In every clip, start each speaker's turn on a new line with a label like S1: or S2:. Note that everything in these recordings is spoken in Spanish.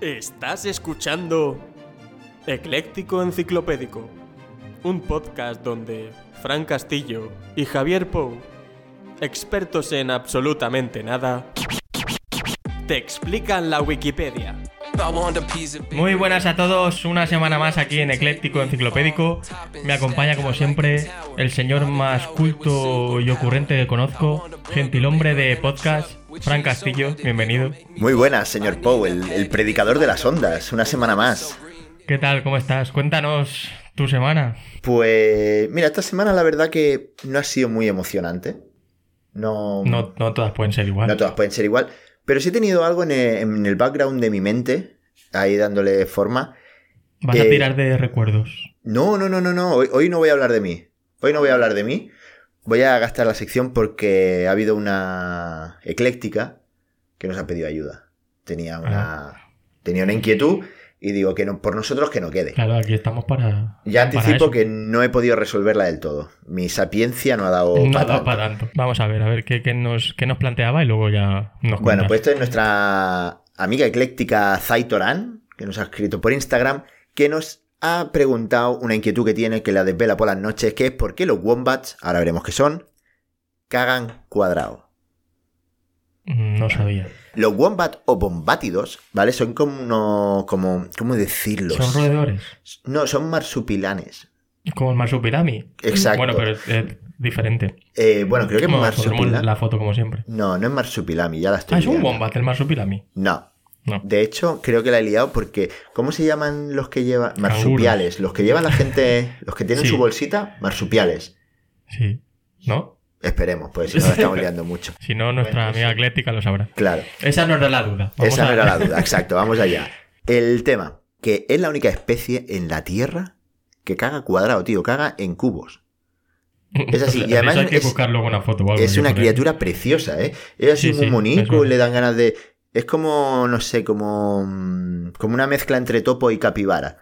S1: Estás escuchando Ecléctico Enciclopédico, un podcast donde Fran Castillo y Javier Pou, expertos en absolutamente nada, te explican la Wikipedia.
S2: Muy buenas a todos, una semana más aquí en Ecléctico Enciclopédico. Me acompaña como siempre el señor más culto y ocurrente que conozco, gentilhombre de podcast, Fran Castillo, bienvenido.
S3: Muy buenas, señor Powell, el, el predicador de las ondas, una semana más.
S2: ¿Qué tal? ¿Cómo estás? Cuéntanos tu semana.
S3: Pues mira, esta semana la verdad que no ha sido muy emocionante. No,
S2: No, no todas pueden ser igual.
S3: no todas pueden ser igual, pero sí he tenido algo en el, en el background de mi mente, ahí dándole forma.
S2: Vas a
S3: Eh,
S2: tirar de recuerdos.
S3: No, no, no, no, no, hoy, hoy no voy a hablar de mí. Hoy no voy a hablar de mí. Voy a gastar la sección porque ha habido una ecléctica que nos ha pedido ayuda. Tenía una, tenía una inquietud y digo que no, por nosotros que no quede.
S2: Claro, aquí estamos para.
S3: Ya
S2: para
S3: anticipo
S2: eso.
S3: que no he podido resolverla del todo. Mi sapiencia no ha dado.
S2: No
S3: pa'
S2: ha dado
S3: tanto.
S2: para tanto. Vamos a ver, a ver qué, qué nos, qué nos planteaba y luego ya nos
S3: Bueno,
S2: cuentas.
S3: pues esto es nuestra amiga ecléctica Zaitoran, que nos ha escrito por Instagram, que nos ha preguntado una inquietud que tiene que la desvela por las noches, que es por qué los wombats, ahora veremos qué son, cagan cuadrado.
S2: Mm, No sabía.
S3: Los wombat o bombátidos, ¿vale? Son como unos. como. ¿cómo decirlos?
S2: Son roedores.
S3: No, son marsupilanes.
S2: Como el marsupilami.
S3: Exacto.
S2: Bueno, pero es, es diferente.
S3: Eh, bueno, creo que es
S2: Bueno, pondremos
S3: marsupilami.
S2: la foto como siempre.
S3: No, no es marsupilami, ya la estoy
S2: Ah, es un
S3: liando.
S2: bombat el marsupilami.
S3: No,
S2: No.
S3: De hecho, creo que la he liado porque. ¿Cómo se llaman los que llevan. Marsupiales. Los que llevan la gente. Los que tienen
S2: Sí.
S3: su bolsita, marsupiales.
S2: Sí. ¿No?
S3: Esperemos, pues si no la estamos liando mucho.
S2: Si no, nuestra amiga atlética lo sabrá.
S3: Claro.
S2: Esa no era la duda. Vamos
S3: esa
S2: a-
S3: no era la duda. Exacto, vamos allá. El tema. Que es la única especie en la Tierra que caga cuadrado, tío. Caga en cubos. Es así, y
S2: Eso
S3: además
S2: hay que
S3: es-
S2: buscar luego una foto o algo.
S3: Es
S2: yo
S3: una
S2: creo.
S3: criatura preciosa, ¿eh? Es así
S2: Sí,
S3: muy
S2: sí, es
S3: monico,
S2: verdad.
S3: le dan ganas de. Es como, no sé, como. mm, Como una mezcla entre topo y capibara.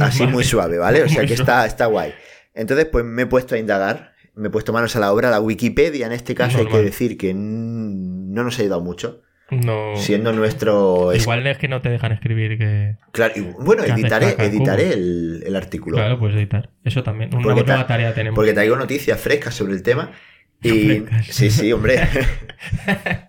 S3: Así
S2: Vale.
S3: muy suave, ¿vale? O sea
S2: Muy
S3: que está, está guay. Entonces, pues me he puesto a indagar, me he puesto manos a la obra. La Wikipedia, en este caso, hay
S2: Normal.
S3: que decir que mm, no nos ha ayudado mucho,
S2: No.
S3: siendo nuestro. es-
S2: Oh. Igual es que no te dejan escribir que.
S3: claro, y- bueno,
S2: que hace
S3: editaré,
S2: caca en
S3: editaré
S2: cubo.
S3: el, el artículo.
S2: Claro, pues, puedes editar. Eso también. Una
S3: Porque
S2: nueva
S3: ta-
S2: tarea tenemos.
S3: Porque traigo noticias frescas sobre el tema. Y.
S2: Frescas.
S3: Sí, sí, hombre.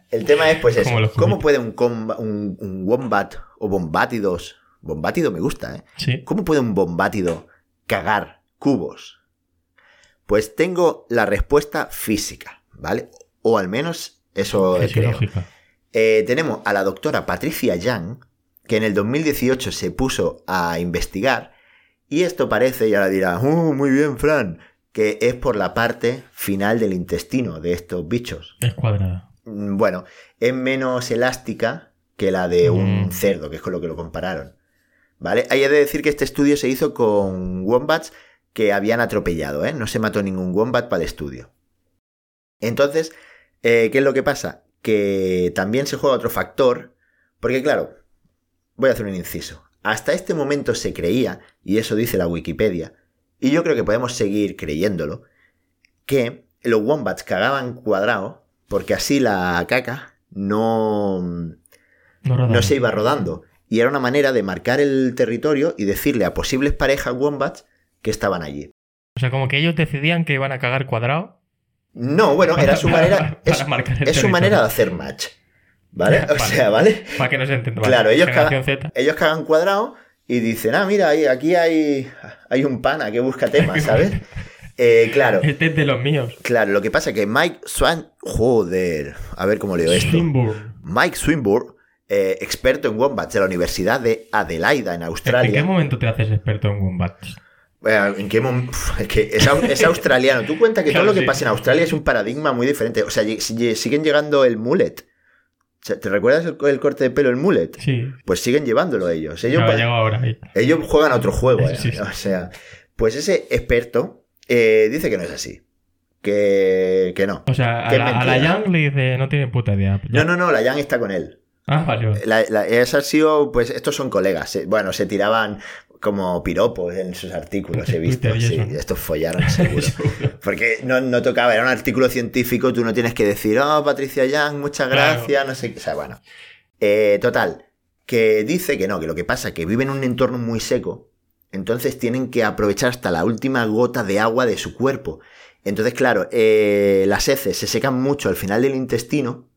S3: el tema es, pues, eso.
S2: Como los
S3: ¿Cómo
S2: juguetes.
S3: puede un, comba- un, un wombat o bombátidos. Bombátido me gusta, ¿eh?
S2: Sí.
S3: ¿Cómo puede un bombátido cagar cubos? Pues tengo la respuesta física, ¿vale? O al menos eso creo.
S2: Fisiológica.
S3: Eh, tenemos a la doctora Patricia Yang, que en el 2018 se puso a investigar, y esto parece, y ahora dirá, "Uh, muy bien, Fran, que es por la parte final del intestino de estos bichos.
S2: Es cuadrada.
S3: Mm, Bueno, es menos elástica que la de un
S2: Mm.
S3: cerdo, que es con lo que lo compararon. ¿Vale? Hay que decir que este estudio se hizo con wombats que habían atropellado, ¿eh? No se mató ningún wombat para el estudio. Entonces, eh, ¿qué es lo que pasa? Que también se juega otro factor, porque claro, voy a hacer un inciso. Hasta este momento se creía, y eso dice la Wikipedia, y yo creo que podemos seguir creyéndolo, que los wombats cagaban cuadrado porque así la caca no,
S2: No, rodan.
S3: no se iba rodando. Y era una manera de marcar el territorio y decirle a posibles parejas wombats que estaban allí.
S2: O sea, como que ellos decidían que iban a cagar cuadrado.
S3: No, bueno, era su
S2: para-
S3: manera.
S2: para
S3: Es,
S2: marcar el
S3: es su
S2: territorio.
S3: manera de hacer match. ¿Vale? O
S2: Vale.
S3: sea, ¿vale?
S2: Para que no se entienda.
S3: Claro, ellos
S2: Generación Z.
S3: Ellos cagan cuadrado y dicen, ah, mira, ahí- aquí hay, hay un pana que busca temas, ¿sabes? Eh, claro,
S2: Este es de los míos.
S3: claro. Lo que pasa es que Mike Swan. Joder. A ver cómo leo esto.
S2: Swinburne.
S3: Mike Swinburne, eh, experto en wombats de la Universidad de Adelaida, en
S2: ¿En qué
S3: Australia.
S2: momento te haces experto en wombats?
S3: Eh, ¿En qué momento? Es que es, au- es australiano. Tú cuenta que
S2: Claro,
S3: todo lo que
S2: sí.
S3: pasa en Australia es un paradigma muy diferente. O sea, lleg- lleg- siguen llegando el mullet. O sea, ¿Te recuerdas el, el corte de pelo, el mullet?
S2: Sí.
S3: Pues siguen llevándolo ellos. Ellos,
S2: no,
S3: pa-
S2: llego ahora. ahí.
S3: ellos juegan a otro juego. eh.
S2: Sí, sí.
S3: O sea, pues ese experto eh, dice que no es así. Que, que no.
S2: O sea, a
S3: Qué
S2: la, a la
S3: mentira.
S2: Yang le dice, no tiene puta idea.
S3: No, no, no, la Jan está con él.
S2: Ah, vale, vale.
S3: La, la- esa ha sido, pues estos son colegas. se- bueno, se tiraban como piropos en sus artículos, he
S2: En
S3: visto.
S2: Twitter y
S3: Sí,
S2: eso.
S3: estos follaron seguro. Porque no, no tocaba, era un artículo científico, tú no tienes que decir, oh, Patricia Yang, muchas
S2: Claro.
S3: gracias, no sé qué. O sea, bueno. Eh, total, que dice que no, que lo que pasa es que viven en un entorno muy seco, entonces tienen que aprovechar hasta la última gota de agua de su cuerpo. Entonces, claro, eh, las heces se secan mucho al final del intestino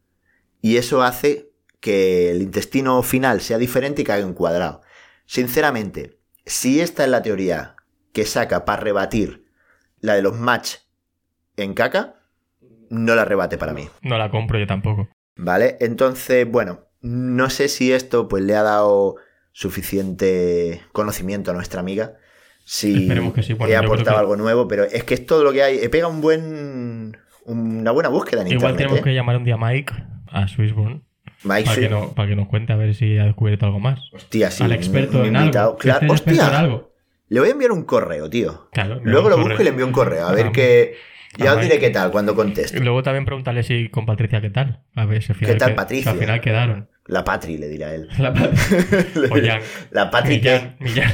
S3: y eso hace que el intestino final sea diferente y caiga en cuadrado. Sinceramente, si esta es la teoría que saca para rebatir la de los match en caca, no la rebate para mí.
S2: No la compro yo tampoco.
S3: Vale, entonces, bueno, no sé si esto pues le ha dado suficiente conocimiento a nuestra amiga. Si
S2: Esperemos que sí, bueno,
S3: he
S2: yo creo
S3: aportado
S2: que-
S3: algo nuevo, pero es que es todo lo que hay. Pega un buen, una buena búsqueda en
S2: Igual
S3: internet.
S2: tenemos
S3: ¿eh?
S2: que llamar un día a Mike, a Swissborn,
S3: Mike
S2: para, que
S3: Swift,
S2: no- para que nos cuente a ver si ha descubierto algo más.
S3: hostia, sí,
S2: Al
S3: un-
S2: experto
S3: un
S2: en
S3: invitado.
S2: algo. que
S3: Claro,
S2: esté el experto
S3: hostia,
S2: en algo.
S3: le voy a enviar un correo, tío.
S2: Claro,
S3: Luego lo
S2: un
S3: busco y
S2: correo.
S3: le envío un correo, a ver
S2: Ah,
S3: qué. Ya os
S2: Ah,
S3: diré
S2: Mike.
S3: qué tal cuando
S2: Y
S3: conteste.
S2: Luego también preguntarle si con Patricia qué tal. A ver si al final,
S3: ¿Qué tal,
S2: que-
S3: Patricia?
S2: si al final quedaron.
S3: La patri, le dirá él.
S2: La o Jan.
S3: La patri.
S2: Millán, Millán.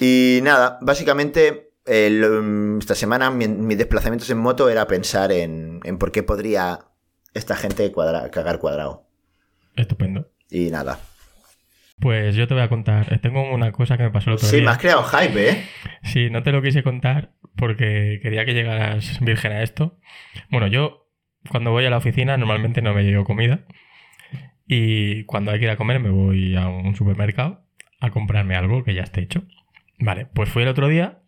S3: Y nada, básicamente eh, lo- mm, esta semana mi- mis desplazamientos en moto era pensar en, en por qué podría esta gente cuadra- cagar cuadrado.
S2: Estupendo.
S3: Y nada.
S2: Pues yo te voy a contar. Eh, Tengo una cosa que me pasó el otro
S3: Sí,
S2: día.
S3: me has creado hype, ¿eh?
S2: Sí, no te lo quise contar porque quería que llegaras virgen a esto. Bueno, yo cuando voy a la oficina normalmente no me llevo comida. Y cuando hay que ir a comer me voy a un supermercado a comprarme algo que ya esté hecho. Vale, pues fui el otro día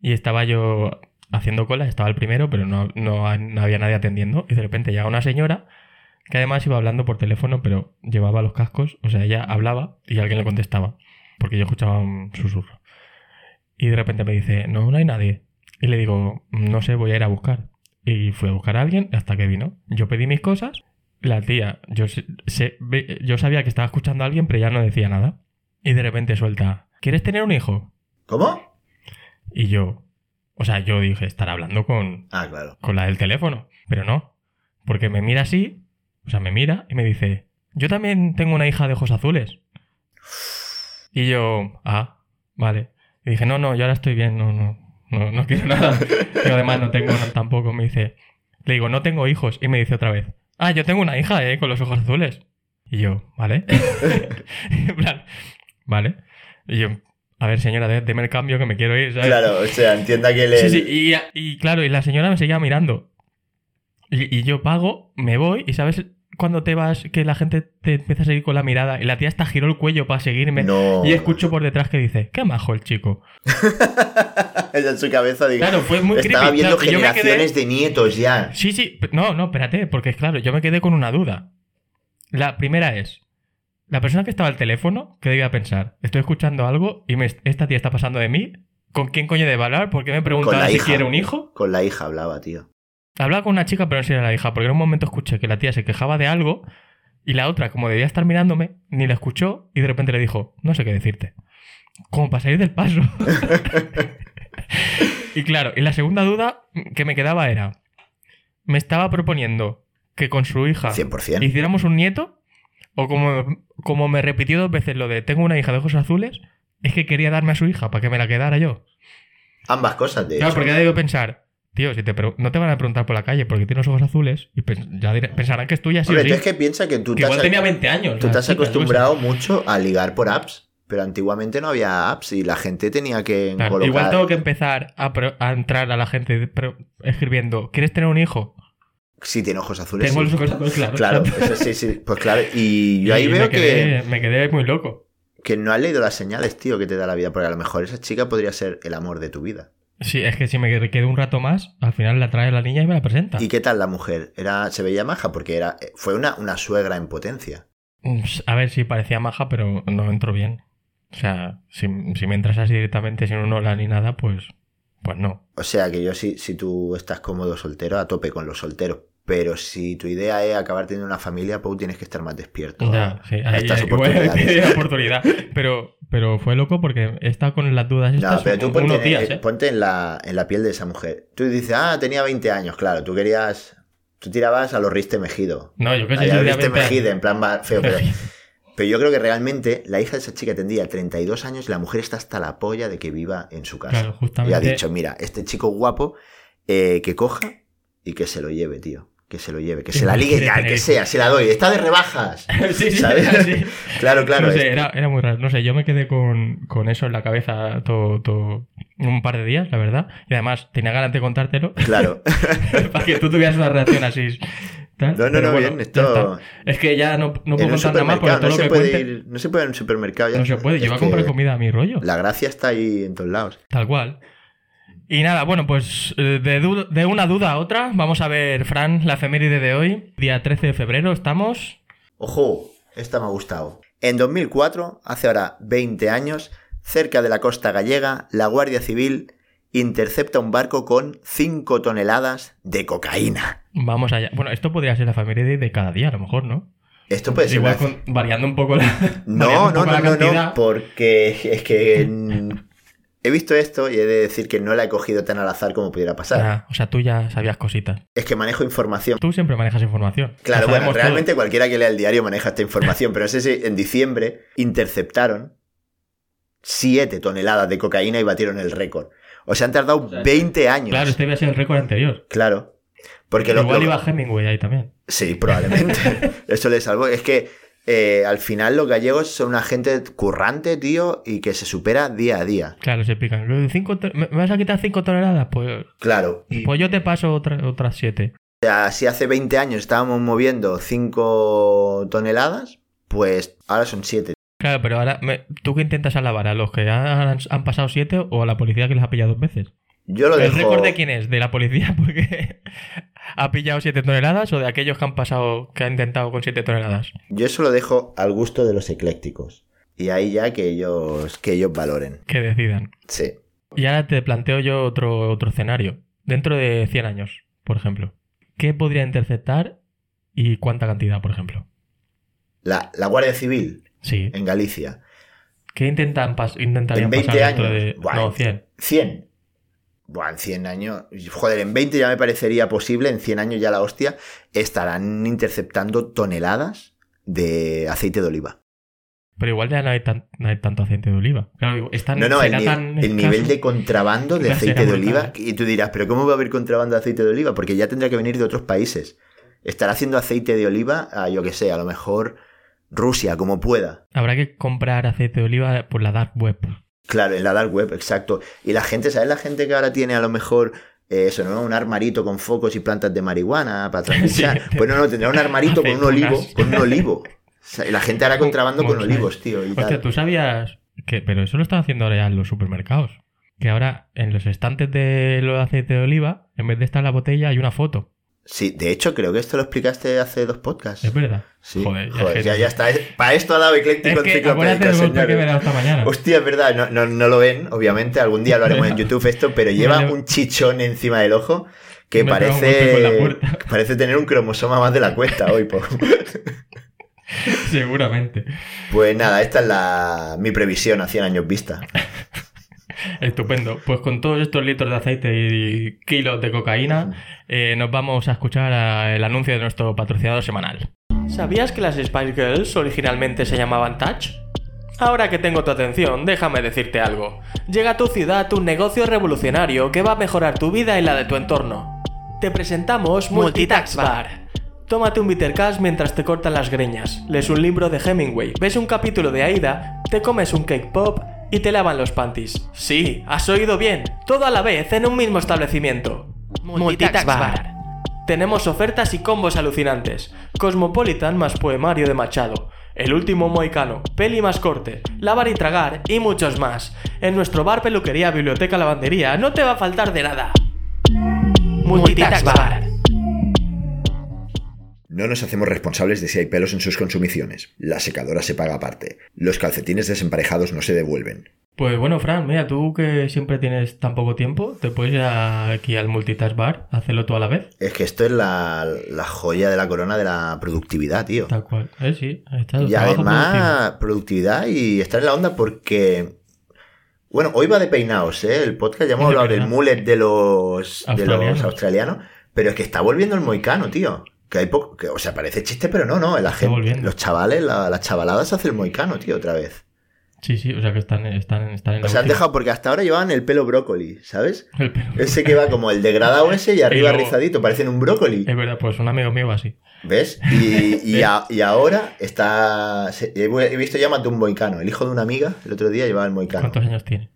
S2: y estaba yo haciendo cola, estaba el primero, pero no, no- no había nadie atendiendo. Y de repente llega una señora que además iba hablando por teléfono, pero llevaba los cascos, o sea, ella hablaba y alguien le contestaba, porque yo escuchaba un susurro. Y de repente me dice, no, no hay nadie. Y le digo, no sé, voy a ir a buscar. Y fui a buscar a alguien hasta que vino. Yo pedí mis cosas. La tía, yo, sé- sé- ve- yo sabía que estaba escuchando a alguien, pero ya no decía nada. Y de repente suelta, ¿quieres tener un hijo?
S3: ¿Cómo?
S2: Y yo, o sea, yo dije, estar hablando con,
S3: Ah, claro.
S2: con la del teléfono. Pero no, porque me mira así, o sea, me mira y me dice, yo también tengo una hija de ojos azules. Y yo, ah, vale. Y dije, no, no, yo ahora estoy bien, no, no, no, no quiero nada. Pero además no tengo no, tampoco, me dice. Le digo, no tengo hijos. Y me dice otra vez, ah, yo tengo una hija, eh, con los ojos azules. Y yo, vale. en plan, vale. Y yo, a ver, señora, dé- deme el cambio que me quiero ir, ¿sabes?
S3: Claro, o sea, entienda que le.
S2: Sí, sí, y, y claro, y la señora me seguía mirando. Y, y yo pago, me voy, y ¿sabes cuando te vas que la gente te empieza a seguir con la mirada? Y la tía hasta giró el cuello para seguirme.
S3: No.
S2: Y escucho por detrás que dice, qué majo el chico.
S3: Ella en su cabeza digo,
S2: Claro, fue muy
S3: Estaba
S2: creepy,
S3: viendo
S2: claro, y yo me quedé-
S3: generaciones de nietos ya.
S2: Sí, sí, p- no, no, espérate, porque claro, yo me quedé con una duda. La primera es, la persona que estaba al teléfono, ¿qué debía pensar? Estoy escuchando algo y me, esta tía está pasando de mí. ¿Con quién coño debe hablar? ¿Por qué me preguntaba
S3: la
S2: si
S3: hija.
S2: quiere un hijo?
S3: Con la hija hablaba, tío.
S2: Hablaba con una chica, pero no sé si era la hija, porque en un momento escuché que la tía se quejaba de algo y la otra, como debía estar mirándome, ni la escuchó y de repente le dijo, no sé qué decirte. Como para salir del paso. y claro, y la segunda duda que me quedaba era, me estaba proponiendo que con su hija
S3: 100%.
S2: hiciéramos un nieto, o como, como me repitió dos veces lo de, tengo una hija de ojos azules, es que quería darme a su hija para que me la quedara yo.
S3: Ambas cosas, de
S2: Claro,
S3: hecho.
S2: porque ya debo pensar, tío, si te pregu- no te van a preguntar por la calle porque tiene los ojos azules y pens- ya diré- pensarán que es tuya, sí o
S3: Hombre,
S2: sí.
S3: tú es que piensa que tú
S2: Que
S3: te has
S2: igual
S3: ac-
S2: tenía 20 años.
S3: Tú
S2: la
S3: te has
S2: chica,
S3: acostumbrado mucho a ligar por apps, pero antiguamente no había apps y la gente tenía que
S2: Claro,
S3: colocar.
S2: Igual tengo que empezar a, pro- a entrar a la gente de- pro- escribiendo, ¿quieres tener un hijo?
S3: Si tiene ojos azules.
S2: Tengo
S3: sí.
S2: los ojos azules, claro.
S3: Claro, eso sí, sí. Pues claro, y yo ahí
S2: Y
S3: veo
S2: me
S3: que,
S2: quedé, Me quedé muy loco.
S3: que no has leído las señales, tío, que te da la vida, porque a lo mejor esa chica podría ser el amor de tu vida.
S2: Sí, es que si me quedo un rato más, al final la trae la niña y me la presenta.
S3: ¿Y qué tal la mujer? Era, se veía maja porque era, fue una, una suegra en potencia.
S2: Mm, A ver, sí, parecía maja, pero no entró bien. O sea, si, si me entras así directamente sin un hola ni nada, pues, pues no.
S3: O sea que yo sí, si tú estás cómodo soltero, a tope con los solteros. Pero si tu idea es acabar teniendo una familia, Pau, tienes que estar más despierto.
S2: Ya, sí, ahí,
S3: estas
S2: ahí- igual
S3: oportunidades.
S2: tiene oportunidad. Pero, pero fue loco porque está con las dudas
S3: No,
S2: estas
S3: pero tú
S2: un-
S3: ponte,
S2: unos días,
S3: eh,
S2: ¿eh?
S3: ponte en, la, en la piel de esa mujer. Tú dices, ah, tenía 20 años, claro, tú querías. Tú tirabas a los riste mejido.
S2: No, yo qué sé,
S3: Ahí
S2: yo
S3: a los
S2: diría
S3: riste
S2: 20 años.
S3: mejido, en plan va- feo, pero. Pero yo creo que realmente la hija de esa chica tendría 32 años y la mujer está hasta la polla de que viva en su
S2: Claro,
S3: casa. y ha
S2: justamente.
S3: dicho, mira, este chico guapo eh, que coja y que se lo lleve, tío. que se lo lleve, que se la ligue ya, el que sea, se la doy, está de rebajas.
S2: sí, sí,
S3: ¿sabes?
S2: sí.
S3: Claro, claro.
S2: No
S3: es-
S2: sé, era, era muy raro. No sé, yo me quedé con, con eso en la cabeza todo, todo- un par de días, la verdad. Y además tenía ganas de contártelo
S3: Claro.
S2: para que tú tuvieras una reacción así. tal.
S3: No, no,
S2: Pero
S3: no,
S2: bueno,
S3: bien,
S2: ya
S3: esto.
S2: está. Es que ya no, no
S3: en
S2: puedo
S3: un
S2: contar nada más porque
S3: supermercado,
S2: todo
S3: no
S2: lo
S3: se,
S2: que
S3: puede
S2: cuente.
S3: ir, no se puede en un supermercado ya.
S2: No se puede. Yo
S3: Es
S2: voy a comprar
S3: que
S2: comida a mi rollo.
S3: La gracia está ahí en todos lados.
S2: Tal cual. Y nada, bueno, pues eh, de, du- de una duda a otra, vamos a ver, Fran, la efeméride de hoy. Día 13 de febrero estamos.
S3: Ojo, esta me ha gustado. En 2004, hace ahora 20 años, cerca de la costa gallega, la Guardia Civil intercepta un barco con 5 toneladas de cocaína.
S2: Vamos allá. Bueno, esto podría ser la efeméride de cada día, a lo mejor, ¿no?
S3: Esto puede ser...
S2: Igual
S3: una-
S2: con- variando un poco la. variando
S3: Pues No,
S2: un
S3: no,
S2: poco
S3: no,
S2: la
S3: no,
S2: cantidad.
S3: no, porque es que mm, he visto esto y he de decir que no la he cogido tan al azar como pudiera pasar.
S2: Ah, o sea, tú ya sabías cositas.
S3: Es que manejo información.
S2: Tú siempre manejas información.
S3: Claro,
S2: Lo
S3: bueno,
S2: sabemos
S3: realmente
S2: todos.
S3: cualquiera que lea el diario maneja esta información, pero ese sí, en diciembre interceptaron 7 toneladas de cocaína y batieron el récord. O sea, han tardado 20 años.
S2: Claro, este había sido el récord anterior.
S3: Claro. Porque lo,
S2: Igual
S3: lo-
S2: iba Hemingway ahí también.
S3: Sí, probablemente. Eso le salvó. Es que eh, al final los gallegos son una gente currante, tío, y que se supera día a día.
S2: Claro, se explican. "Lo de cinco to- ¿Me me vas a quitar 5 toneladas? Pues,
S3: Claro. Y-
S2: pues yo te paso otra- otras 7.
S3: O sea, si hace 20 años estábamos moviendo 5 toneladas, pues ahora son 7.
S2: Claro, pero ahora, me- ¿tú qué intentas alabar? ¿A los que han, han pasado siete o a la policía que les ha pillado dos veces?
S3: Yo lo
S2: ¿El
S3: dejo...
S2: récord de quién es? ¿De la policía? Porque ha pillado siete toneladas o de aquellos que han pasado, que han intentado con siete toneladas?
S3: Yo eso lo dejo al gusto de los eclécticos. Y ahí ya que ellos, que ellos valoren.
S2: Que decidan.
S3: Sí.
S2: Y ahora te planteo yo otro, otro escenario. Dentro de 100 años, por ejemplo. ¿Qué podría interceptar y cuánta cantidad, por ejemplo?
S3: La, la Guardia Civil
S2: Sí.
S3: en Galicia.
S2: ¿Qué intentan pas- intentarían
S3: En 20
S2: pasar dentro
S3: años.
S2: de...
S3: Guay.
S2: No, 100.
S3: 100. Buah, en 100 años. Joder, en 20 ya me parecería posible. En 100 años ya la hostia. Estarán interceptando toneladas de aceite de oliva.
S2: Pero igual ya no hay, tan- no hay tanto aceite de oliva. Claro, están,
S3: No, no, el,
S2: será
S3: ni-
S2: tan
S3: el nivel
S2: escaso.
S3: de contrabando de
S2: Será
S3: aceite de
S2: brutal,
S3: oliva. Y tú dirás, ¿pero cómo va a haber contrabando de aceite de oliva? Porque ya tendrá que venir de otros países. Estará haciendo aceite de oliva a, yo que sé, a lo mejor Rusia, como pueda.
S2: Habrá que comprar aceite de oliva por la dark web.
S3: Claro, en la dark web, exacto. Y la gente, ¿sabes? La gente que ahora tiene a lo mejor eh, eso, ¿no? Un armarito con focos y plantas de marihuana para traficar.
S2: Sí.
S3: Bueno, no, tendrá un armarito con un olivo,
S2: Aceitunas.
S3: con un olivo. O sea, y la gente hará contrabando con
S2: Bueno,
S3: olivos, tío. Y
S2: Hostia,
S3: tal.
S2: ¿tú sabías que... Pero eso lo están haciendo ahora ya en los supermercados. Que ahora en los estantes de los aceite de oliva, en vez de estar la botella, hay una foto.
S3: Sí, de hecho, creo que esto lo explicaste hace dos podcasts.
S2: Es verdad.
S3: Sí,
S2: Joder, ya,
S3: joder,
S2: es que-
S3: ya, ya está. Es- Para esto ha dado ecléctico
S2: Es que
S3: enciclopédico,
S2: acuérdate del golpe
S3: señores.
S2: que me he dado esta mañana.
S3: Hostia, es verdad, no, no, no lo ven, obviamente, algún día lo haremos en YouTube esto, pero lleva
S2: Vale.
S3: un chichón encima del ojo que
S2: Me he pegado un golpe con la
S3: parece
S2: puerta.
S3: parece tener un cromosoma más de la cuesta hoy. po.
S2: Seguramente.
S3: Pues nada, esta es la, mi previsión a 100 años vista.
S2: Estupendo. Pues con todos estos litros de aceite y kilos de cocaína, eh, nos vamos a escuchar a- el anuncio de nuestro patrocinador semanal. ¿Sabías que las Spice Girls originalmente se llamaban Touch? Ahora que tengo tu atención, déjame decirte algo. Llega a tu ciudad un negocio revolucionario que va a mejorar tu vida y la de tu entorno. Te presentamos Multitax Bar. Tómate un bitter cash mientras te cortan las greñas, lees un libro de Hemingway, ves un capítulo de Aida, te comes un cake pop y te lavan los panties. Sí, has oído bien, todo a la vez en un mismo establecimiento. Multitax Bar. Tenemos ofertas y combos alucinantes. Cosmopolitan más poemario de Machado. El último moicano, peli más corte, lavar y tragar y muchos más. En nuestro bar, peluquería, biblioteca, lavandería, no te va a faltar de nada. Multitax Bar.
S3: No nos hacemos responsables de si hay pelos en sus consumiciones. La secadora se paga aparte. Los calcetines desemparejados no se devuelven.
S2: Pues bueno, Fran, mira, tú que siempre tienes tan poco tiempo, te puedes ir a- aquí al Multitask Bar, hacerlo todo a la vez.
S3: Es que esto es la, la joya de la corona de la productividad, tío.
S2: Tal cual. Eh, sí, ahí está.
S3: Y
S2: trabajo productivo.
S3: además, productividad y estar en la onda porque. Bueno, hoy va de peinaos, ¿eh? El podcast ya hemos
S2: Es
S3: hablado
S2: verdad.
S3: del mullet de los, de los
S2: Australianos.
S3: australianos, pero es que está volviendo el moicano, tío. Que hay poco, que, o sea, parece chiste, pero no, no. La gente,
S2: volviendo.
S3: los chavales, la, las chavaladas se hace el moicano, tío, otra vez.
S2: Sí, sí, o sea que están, están, están en
S3: O
S2: la
S3: sea, han
S2: última.
S3: dejado porque hasta ahora llevaban el pelo brócoli, ¿sabes?
S2: El pelo.
S3: Ese que va como el degradado ese y arriba
S2: luego-
S3: rizadito, parecen un brócoli.
S2: Es verdad, pues un amigo mío va así.
S3: ¿Ves? Y, y a- y ahora está. se- He he visto ya más de un moicano. El hijo de una amiga el otro día llevaba el moicano.
S2: ¿Cuántos años tiene?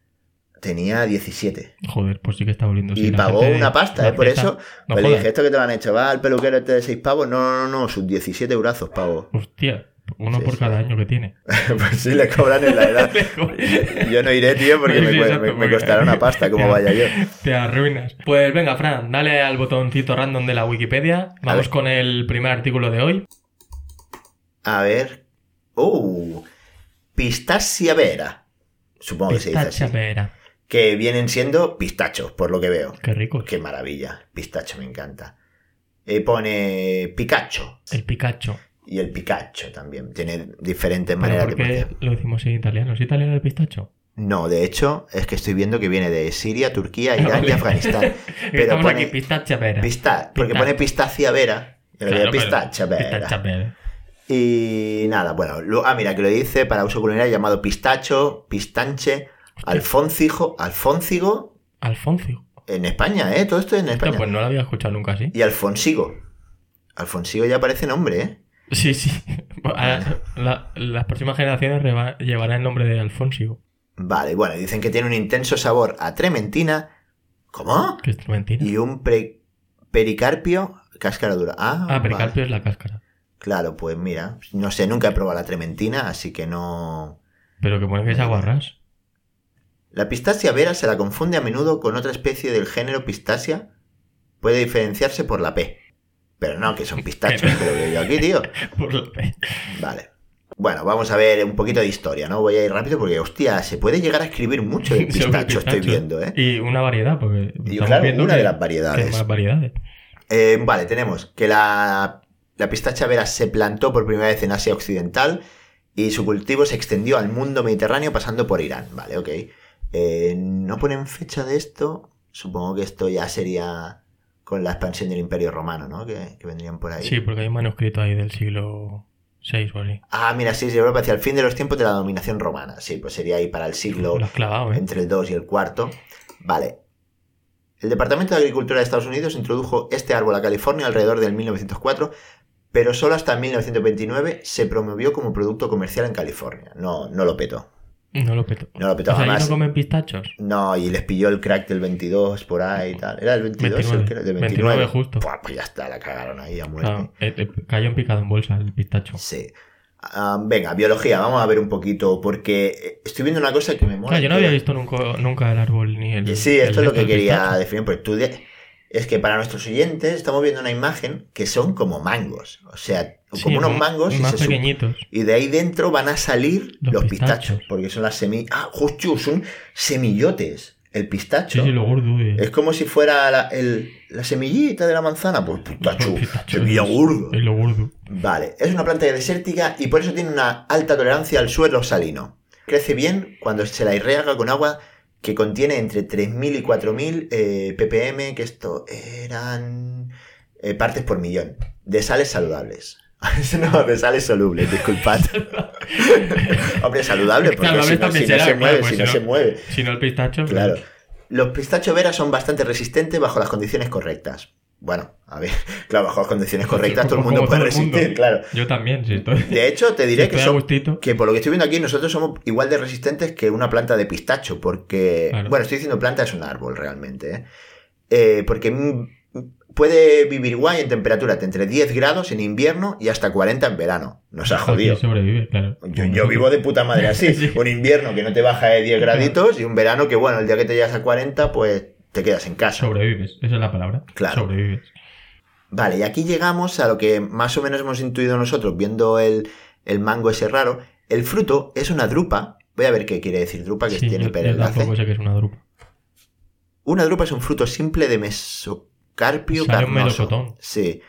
S3: Tenía 17.
S2: Joder, pues sí que está volviendo.
S3: y pagó una pasta, ¿eh? Por eso.
S2: No
S3: pues le
S2: jodas.
S3: dije, esto que te lo han hecho, va al peluquero este de 6 pavos. No, no, no, no, sus 17 brazos, pavo.
S2: Hostia, uno
S3: Sí,
S2: por
S3: sí.
S2: cada año que tiene.
S3: pues sí, le cobran en la edad. Yo no iré, tío, porque
S2: Sí,
S3: me,
S2: sí,
S3: cue-
S2: exacto,
S3: me- me
S2: porque-
S3: costará una pasta como
S2: Te-
S3: vaya yo.
S2: Te arruinas. Pues venga, Fran, dale al botoncito random de la Wikipedia. Vamos
S3: ver.
S2: con el primer artículo de hoy.
S3: A ver. ¡Uh! Pistacia vera. Supongo que se dice
S2: Pistacha
S3: así.
S2: pera.
S3: Que vienen siendo pistachos, por lo que veo.
S2: Qué rico.
S3: Qué maravilla. Pistacho me encanta. Eh, pone Pikachu.
S2: El Pikachu.
S3: Y el Pikachu también. Tiene diferentes
S2: Pero
S3: maneras de
S2: ¿por qué
S3: pronunciar.
S2: lo decimos en italiano? ¿Es italiano el pistacho?
S3: No, de hecho, es que estoy viendo que viene de Siria, Turquía, Irán
S2: Ah,
S3: y
S2: Vale.
S3: Afganistán. Pero
S2: Estamos
S3: pone-
S2: aquí, pistacha pera.
S3: Pista, porque pone pistacia vera. y lo
S2: Claro,
S3: de
S2: pero-
S3: pistacha vera.
S2: Pistacha pera.
S3: Y nada, bueno. lo- ah, mira, que lo dice para uso culinario llamado pistacho, pistanche, alfoncijo, alfoncigo.
S2: Alfonso.
S3: En España, ¿eh? Todo esto en
S2: Hostia,
S3: España.
S2: pues no lo había escuchado nunca así.
S3: Y alfonsigo. Alfonsigo ya parece nombre, ¿eh?
S2: Sí, sí. Ahora, la- las próximas generaciones reba- llevarán el nombre de Alfonso.
S3: Vale, bueno, dicen que tiene un intenso sabor a trementina. ¿Cómo?
S2: Que es mentira.
S3: Y un pre- pericarpio, cáscara dura. Ah,
S2: Ah,
S3: vale.
S2: pericarpio es la cáscara.
S3: Claro, pues mira, no sé, nunca he probado la trementina, así que no.
S2: Pero que pone que es aguarrás.
S3: La pistacia vera se la confunde a menudo con otra especie del género pistacia. Puede diferenciarse por la P. Pero no, que son pistachos, que lo veo yo aquí, tío.
S2: Por la-
S3: Vale. Bueno, vamos a ver un poquito de historia, ¿no? Voy a ir rápido porque, hostia, se puede llegar a escribir mucho de
S2: Sobre
S3: pistacho, estoy
S2: pistacho.
S3: viendo, ¿eh?
S2: Y una variedad, porque.
S3: Y
S2: estamos
S3: claro,
S2: viendo
S3: una
S2: que-
S3: de las
S2: que hay
S3: variedades.
S2: más variedades.
S3: Eh, vale, tenemos que la, la pistacha vera se plantó por primera vez en Asia Occidental y su cultivo se extendió al mundo mediterráneo pasando por Irán. Vale, ok. Eh, no ponen fecha de esto. Supongo que esto ya sería con la expansión del Imperio Romano, ¿no? Que, que vendrían por ahí.
S2: Sí, porque hay un manuscrito ahí del siglo VI o así.
S3: Ah, mira, sí, sí, Europa hacia el fin de los tiempos de la dominación romana. Sí, pues sería ahí para el siglo
S2: Lo has clavado, ¿eh?
S3: entre el 2 y el 4. Vale. El Departamento de Agricultura de Estados Unidos introdujo este árbol a California alrededor del 1904, pero solo hasta 1929 se promovió como producto comercial en California. No, no lo petó.
S2: No lo peto.
S3: No lo petó
S2: o sea, ahí
S3: jamás.
S2: no comen pistachos.
S3: No, y les pilló el crack del 22 por ahí y tal. ¿Era el 22?
S2: 29,
S3: el que era? del
S2: 29, justo.
S3: Buah, pues ya está, la cagaron ahí a muerte.
S2: Claro, eh, eh, cayó en picado en bolsa el pistacho.
S3: Sí. Ah, venga, biología, vamos a ver un poquito, porque eh, estoy viendo una cosa que me mola.
S2: Claro, yo no
S3: que-
S2: había visto nunca, nunca el árbol ni el.
S3: Sí,
S2: el
S3: esto es lo
S2: resto
S3: que
S2: del
S3: quería
S2: pistacho.
S3: definir, porque tú de- es que para nuestros oyentes estamos viendo una imagen que son como mangos, o sea,
S2: Sí,
S3: como unos
S2: más-
S3: mangos y,
S2: Más
S3: se sup-
S2: pequeñitos.
S3: y de ahí dentro van a salir los,
S2: Los
S3: pistachos.
S2: pistachos.
S3: porque son las semillas, ah, justo, son semillotes, el
S2: Sí,
S3: pistacho.
S2: sí, lo gordo. eh.
S3: Es como si fuera la, el- la semillita de la manzana, pues pistacho,
S2: El pistacho
S3: semilla
S2: es-
S3: gordo.
S2: Es lo gordo.
S3: Vale, es una planta desértica y por eso tiene una alta tolerancia al suelo salino. Crece bien cuando se la irriga con agua que contiene entre 3.000 y 4.000 eh, ppm, que esto eran eh, partes por millón, de sales saludables. no, de sales solubles, disculpad. Hombre, saludable, porque
S2: Saludables
S3: si no,
S2: también
S3: si no
S2: será,
S3: se
S2: claro,
S3: mueve,
S2: pues
S3: si
S2: si
S3: no
S2: no-
S3: se mueve.
S2: Si no el pistacho.
S3: Claro. Los pistachos veras son bastante resistentes bajo las condiciones correctas. Bueno, a ver, claro, bajo las condiciones correctas todo el
S2: como
S3: mundo puede
S2: el mundo.
S3: resistir, claro.
S2: Yo también, sí. Estoy,
S3: De hecho, te diré que,
S2: estoy a
S3: son-
S2: gustito.
S3: que por lo que estoy viendo aquí, nosotros somos igual de resistentes que una planta de pistacho, porque,
S2: Claro.
S3: bueno, estoy diciendo planta es un árbol realmente, ¿eh? Eh, porque mm, puede vivir guay en temperatura de entre 10 grados en invierno y hasta 40 en verano. Nos ha Ah, jodido.
S2: Aquí sobrevive, claro.
S3: Yo, yo vivo de puta madre así.
S2: Sí.
S3: Un invierno que no te baja de 10 graditos y un verano que, bueno, el día que te llegas a 40, pues te quedas en casa.
S2: Sobrevives, esa es la palabra.
S3: Claro.
S2: Sobrevives.
S3: Vale, y aquí llegamos a lo que más o menos hemos intuido nosotros viendo el, el mango ese raro. El fruto es una drupa. Voy a ver qué quiere decir drupa, que
S2: Sí,
S3: tiene
S2: yo, yo
S3: perelace.
S2: tampoco sé que es una drupa.
S3: Una drupa es un fruto simple de mesocarpio
S2: Sale un
S3: carnoso.
S2: melocotón.
S3: Sí.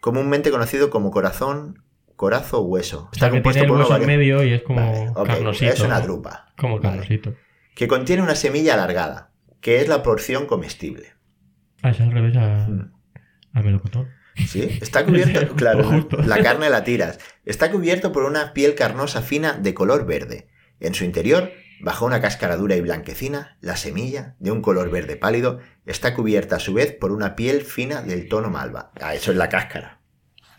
S3: Comúnmente conocido como corazón, corazo o hueso.
S2: O sea,
S3: Está
S2: que
S3: compuesto
S2: tiene el
S3: por unos
S2: hueso en
S3: varios...
S2: medio y es como
S3: Vale, ok,
S2: carnosito.
S3: es una
S2: ¿no?
S3: drupa.
S2: Como
S3: Vale.
S2: carnosito.
S3: Que contiene una semilla alargada, que es la porción comestible.
S2: Ah, es al revés a-
S3: Mm.
S2: al melocotón.
S3: Sí, está cubierto,
S2: Justo,
S3: claro,
S2: justo.
S3: la carne la tiras. Está cubierto por una piel carnosa fina de color verde, En su interior, bajo una cáscara dura y blanquecina, la semilla, de un color verde pálido, está cubierta a su vez por una piel fina del tono malva. Ah, eso es la cáscara.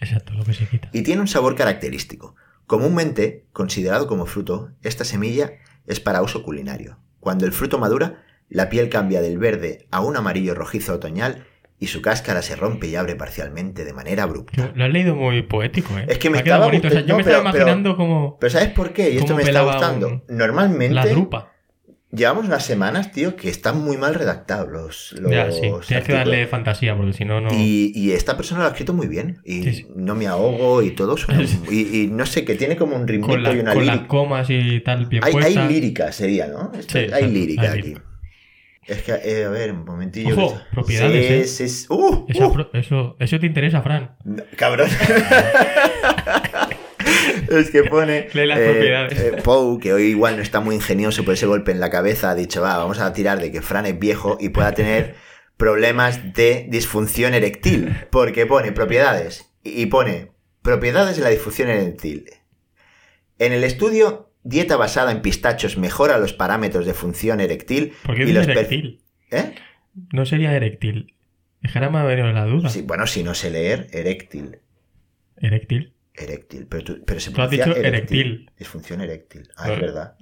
S2: Exacto, lo que se quita.
S3: Y tiene un sabor característico. Comúnmente, considerado como fruto, esta semilla es para uso culinario. Cuando el fruto madura, la piel cambia del verde a un amarillo rojizo otoñal y su cáscara se rompe y abre parcialmente de manera abrupta.
S2: Lo has leído muy poético, ¿eh?
S3: Es que me
S2: Ha quedado
S3: estaba
S2: bonito. O sea,
S3: gustando-
S2: yo me
S3: no, pero-
S2: estaba imaginando como
S3: Pero ¿sabes por qué? Y esto
S2: ¿Cómo
S3: me está
S2: pelaba
S3: gustando.
S2: un-
S3: Normalmente
S2: la drupa.
S3: llevamos unas semanas, tío, que están muy mal redactados los, los
S2: Ya, sí. Tienes que
S3: artículos.
S2: darle fantasía porque si no, no.
S3: Y, y esta persona lo ha escrito muy bien. Y
S2: Sí, sí.
S3: no me ahogo y todo. suena- y, y no sé, que tiene como un ritmo
S2: Con,
S3: y
S2: la-
S3: una
S2: con las
S3: lírica.
S2: comas y tal, bien
S3: Hay, hay
S2: puesta.
S3: lírica, sería, ¿no? Esto-
S2: Sí,
S3: hay
S2: exacto,
S3: lírica
S2: hay
S3: aquí.
S2: lírica.
S3: Es que, eh, a ver, un momentillo.
S2: Ojo,
S3: que-
S2: propiedades, eh.
S3: Sí, sí, sí. ¡Uh!
S2: Esa
S3: ¡Uh!
S2: pro- eso, eso te interesa, Fran.
S3: No, Cabrón. es que pone.
S2: Lee las propiedades.
S3: eh, Pou, que hoy igual no está muy ingenioso por ese golpe en la cabeza, ha dicho: va, vamos a tirar de que Fran es viejo y pueda tener problemas de disfunción eréctil. Porque pone propiedades. Y pone propiedades de la disfunción eréctil. En el estudio, dieta basada en pistachos mejora los parámetros de función eréctil.
S2: Porque
S3: y
S2: es
S3: los per-
S2: erectil.
S3: ¿Eh?
S2: No sería erectil. Es que ahora me ha venido la duda.
S3: Sí, bueno, si no sé leer, eréctil.
S2: Erectil.
S3: Eréctil, pero, tú, pero se
S2: Tú has
S3: pronuncia
S2: dicho eréctil.
S3: Disfunción eréctil. Ah, es
S2: Vale.
S3: verdad.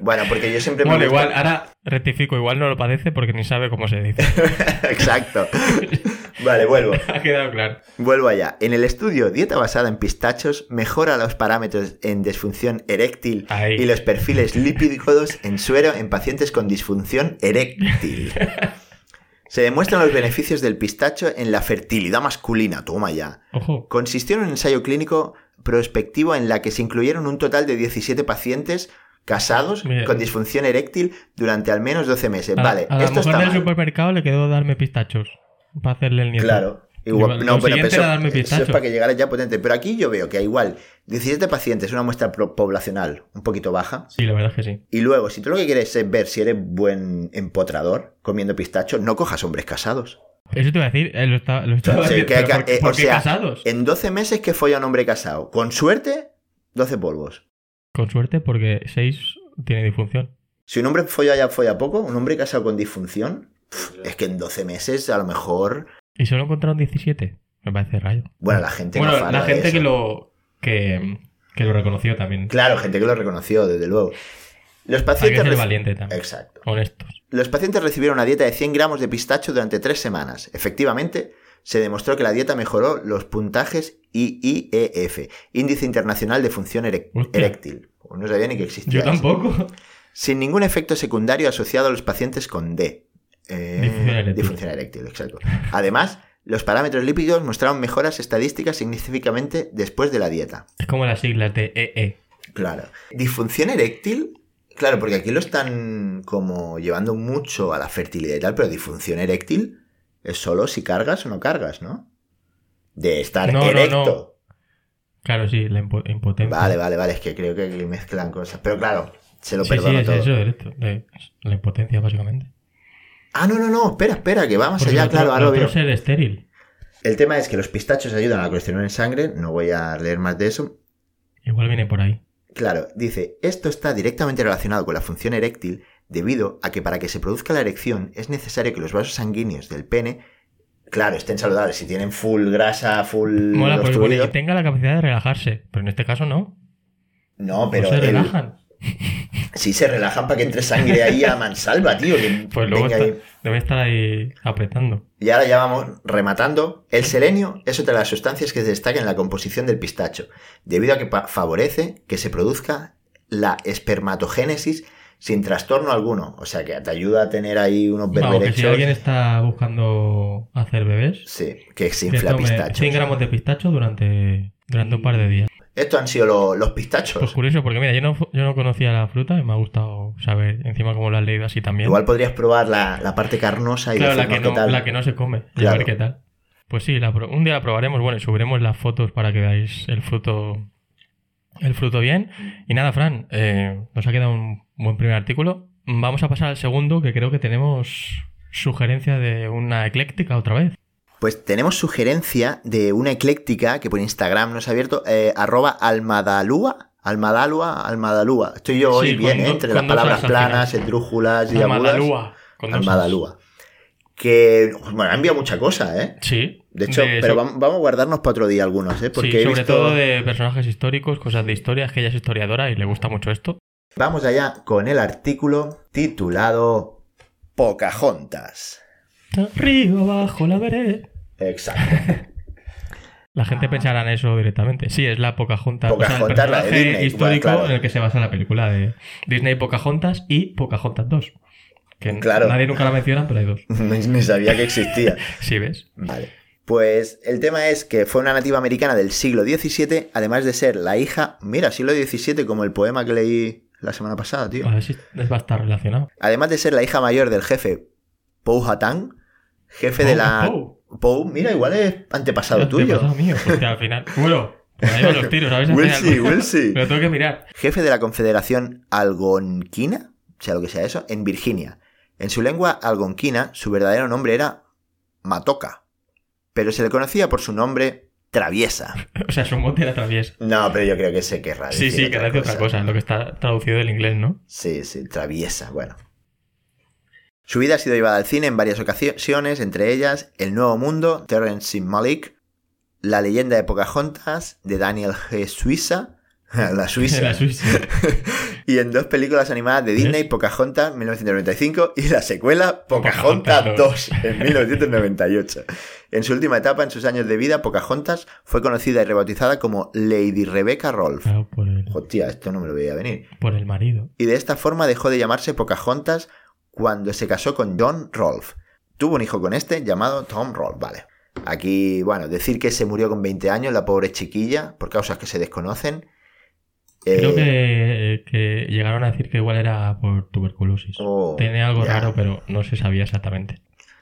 S3: bueno, porque yo siempre
S2: Bueno,
S3: me gusta-
S2: igual, ahora rectifico, igual no lo padece porque ni sabe cómo se dice. ah.
S3: Exacto. vale, vuelvo.
S2: ha quedado claro.
S3: Vuelvo allá. En el estudio Dieta basada en pistachos mejora los parámetros en disfunción eréctil
S2: Ahí.
S3: y los perfiles lipídicos en suero en pacientes con disfunción eréctil. Se demuestran los beneficios del pistacho en la fertilidad masculina. Toma ya.
S2: Ojo.
S3: consistió en un ensayo clínico prospectivo en la que se incluyeron un total de 17 pacientes casados
S2: Mira.
S3: con disfunción eréctil durante al menos 12 meses.
S2: A,
S3: vale,
S2: a la
S3: esto
S2: mujer
S3: está
S2: del
S3: mal.
S2: supermercado le quedó darme pistachos para hacerle el nieto.
S3: Claro.
S2: Igual,
S3: Igual, no,
S2: lo
S3: pero
S2: siguiente
S3: eso-
S2: era darme
S3: eso es
S2: pistacho.
S3: para que llegara ya potente. Pero aquí yo veo que igual 17 pacientes, una muestra pro- poblacional un poquito baja.
S2: Sí, la verdad es que sí.
S3: Y luego, si tú lo que quieres es ver si eres buen empotrador comiendo pistachos, no cojas hombres casados.
S2: Eso te iba a decir, eh, lo estaba, lo estaba
S3: Sí,
S2: decir,
S3: que-
S2: pero
S3: que-
S2: ¿por,
S3: eh,
S2: por
S3: o
S2: qué
S3: sea,
S2: casados?
S3: En 12 meses que folla un hombre casado, con suerte, 12 polvos.
S2: Con suerte porque 6 tiene disfunción.
S3: Si un hombre folla ya folla poco, un hombre casado con disfunción, pf, es que en 12 meses a lo mejor.
S2: Y solo encontraron 17. Me parece rayo.
S3: Bueno, la gente no
S2: Bueno,
S3: fala
S2: la
S3: de
S2: gente
S3: eso.
S2: que lo, que, que lo reconoció también.
S3: Claro, gente que lo reconoció, desde luego. Los
S2: Hay que
S3: pacientes.
S2: ser
S3: reci-
S2: valiente también.
S3: Exacto.
S2: Honestos.
S3: Los pacientes recibieron una dieta de 100 gramos de pistacho durante tres semanas. Efectivamente, se demostró que la dieta mejoró los puntajes IIEF, Índice Internacional de Función Erec-
S2: Hostia.
S3: Eréctil. No sabía ni que existía.
S2: Yo
S3: eso.
S2: tampoco.
S3: Sin ningún efecto secundario asociado a los pacientes con D. Eh,
S2: Disfunción eréctil.
S3: disfunción eréctil, exacto. Además, los parámetros lípidos mostraron mejoras estadísticas significativamente después de la dieta.
S2: Es como las siglas de E EE.
S3: Claro. Disfunción eréctil, claro, porque aquí lo están como llevando mucho a la fertilidad y tal, pero disfunción eréctil es solo si cargas o no cargas, ¿no? De estar
S2: No, no,
S3: erecto.
S2: Claro, sí, la impo- impotencia.
S3: Vale, vale, vale, es que creo que aquí mezclan cosas. Pero claro, se lo
S2: sí, sí,
S3: perdono
S2: es
S3: todo.
S2: eso, es esto, de- es la impotencia, básicamente.
S3: Ah, no, no, no, espera, espera, que vamos
S2: Porque
S3: allá,
S2: lo otro-
S3: claro, ahora
S2: lo
S3: lo
S2: otro
S3: veo.
S2: es ser estéril.
S3: El tema es que los pistachos ayudan a la colesterol en sangre, no voy a leer más de eso.
S2: Igual viene por ahí.
S3: Claro, dice, esto está directamente relacionado con la función eréctil debido a que para que se produzca la erección es necesario que los vasos sanguíneos del pene, claro, estén saludables, si tienen full grasa, full...
S2: Mola, porque pone
S3: obstruido-
S2: que tenga la capacidad de relajarse. Pero en este caso no.
S3: no,
S2: no
S3: pero
S2: pues se
S3: el-
S2: relajan.
S3: sí se relajan para que entre sangre ahí a mansalva, tío. que
S2: Pues luego
S3: venga
S2: está-
S3: ahí.
S2: debe estar ahí apretando.
S3: Y ahora ya vamos rematando. El selenio es otra de las sustancias que se destaca en la composición del pistacho, debido a que pa- favorece que se produzca la espermatogénesis sin trastorno alguno. O sea, que te ayuda a tener ahí unos
S2: Vamos, que si
S3: berberechos.
S2: alguien está buscando hacer bebés,
S3: Sí, que se
S2: que
S3: infla
S2: tome
S3: pistacho.
S2: 100 gramos de pistacho durante, durante un par de días.
S3: Estos han sido lo- los
S2: Pues
S3: pistachos.
S2: curioso, porque mira, yo no, yo no conocía la fruta y me ha gustado saber encima cómo lo has leído así también.
S3: Igual podrías probar la, la parte carnosa y
S2: claro, la que,
S3: decirnos qué
S2: no,
S3: tal.
S2: la que no se come. Y a
S3: Claro.
S2: ver qué tal. Pues sí, la pro- un día la probaremos. Bueno, y subiremos las fotos para que veáis el fruto, el fruto bien. Y nada, Fran, eh, nos ha quedado un buen primer artículo. Vamos a pasar al segundo, que creo que tenemos sugerencia de una ecléctica otra vez.
S3: Pues tenemos sugerencia de una ecléctica que por Instagram nos ha abierto, eh, arroba almadalúa, Almadalua, Almadalúa. Estoy yo hoy
S2: Sí,
S3: bien,
S2: con
S3: ¿eh?
S2: do-
S3: entre
S2: con
S3: las
S2: dos
S3: palabras
S2: as al
S3: planas,
S2: final.
S3: esdrújulas y agudas.
S2: Almadalúa. con dos
S3: Almadalúa. Que bueno, ha enviado mucha cosa, ¿eh?
S2: As. Sí.
S3: De hecho,
S2: de-
S3: pero
S2: so-
S3: vam- vamos a guardarnos para otro día algunos, ¿eh? Porque
S2: sí,
S3: he
S2: sobre
S3: visto-
S2: todo de personajes históricos, cosas de historia, es que ella es historiadora y le gusta mucho esto.
S3: Vamos allá con el artículo titulado Pocahontas.
S2: Río abajo la veré. Ah.
S3: Exacto.
S2: La gente pensará en eso directamente. Sí, es la Pocahontas.
S3: Pocahontas, la de
S2: personaje
S3: Disney,
S2: histórico
S3: bueno, claro.
S2: en el que se basa la película de Disney Pocahontas y Pocahontas 2. Que
S3: Claro.
S2: nadie nunca la menciona, pero hay dos.
S3: Ni ni sabía que existía.
S2: Sí, ¿ves?
S3: Vale. Pues el tema es que fue una nativa americana del siglo XVII, además de ser la hija, mira, siglo XVII como el poema que leí la semana pasada, tío.
S2: A ver si va a estar relacionado.
S3: Además de ser la hija mayor del jefe Powhatan, jefe de la...
S2: Oh,
S3: Pou, mira, igual es antepasado
S2: oh,
S3: tuyo.
S2: antepasado mío, porque al final. Bueno, por ahí van los tiros, ¿sabes? Al
S3: Will
S2: final- pues,
S3: see, will see.
S2: Lo tengo que mirar.
S3: jefe de la Confederación Algonquina, sea lo que sea eso, en Virginia. En su lengua algonquina, su verdadero nombre era Matoca, pero se le conocía por su nombre Traviesa.
S2: O sea, su mote era traviesa.
S3: No, pero yo creo que sé querrá
S2: Sí, sí, que hace otra cosa, lo que está traducido del inglés, ¿no?
S3: Sí, sí, Traviesa, bueno. Su vida ha sido llevada al cine en varias ocasiones, entre ellas El Nuevo Mundo, Terrence C. Malick, La leyenda de Pocahontas, de Daniel G. Suiza, la Suiza,
S2: La Suiza.
S3: Y en dos películas animadas de Disney, Pocahontas 1995 y la secuela Pocahontas
S2: Pocahontas
S3: 2 en 1998. En su última etapa, en sus años de vida, Pocahontas fue conocida y rebautizada como Lady Rebecca Rolf.
S2: Claro, por el,
S3: Hostia, esto no me lo veía venir.
S2: por el marido.
S3: Y de esta forma dejó de llamarse Pocahontas cuando se casó con John Rolf. Tuvo un hijo con este llamado Tom Rolf, vale. Aquí, bueno, decir que se murió con 20 años la pobre chiquilla por causas que se desconocen.
S2: Creo
S3: Eh,
S2: que, que llegaron a decir que igual era por tuberculosis.
S3: oh,
S2: Tiene algo
S3: ya.
S2: raro, pero no se sabía exactamente.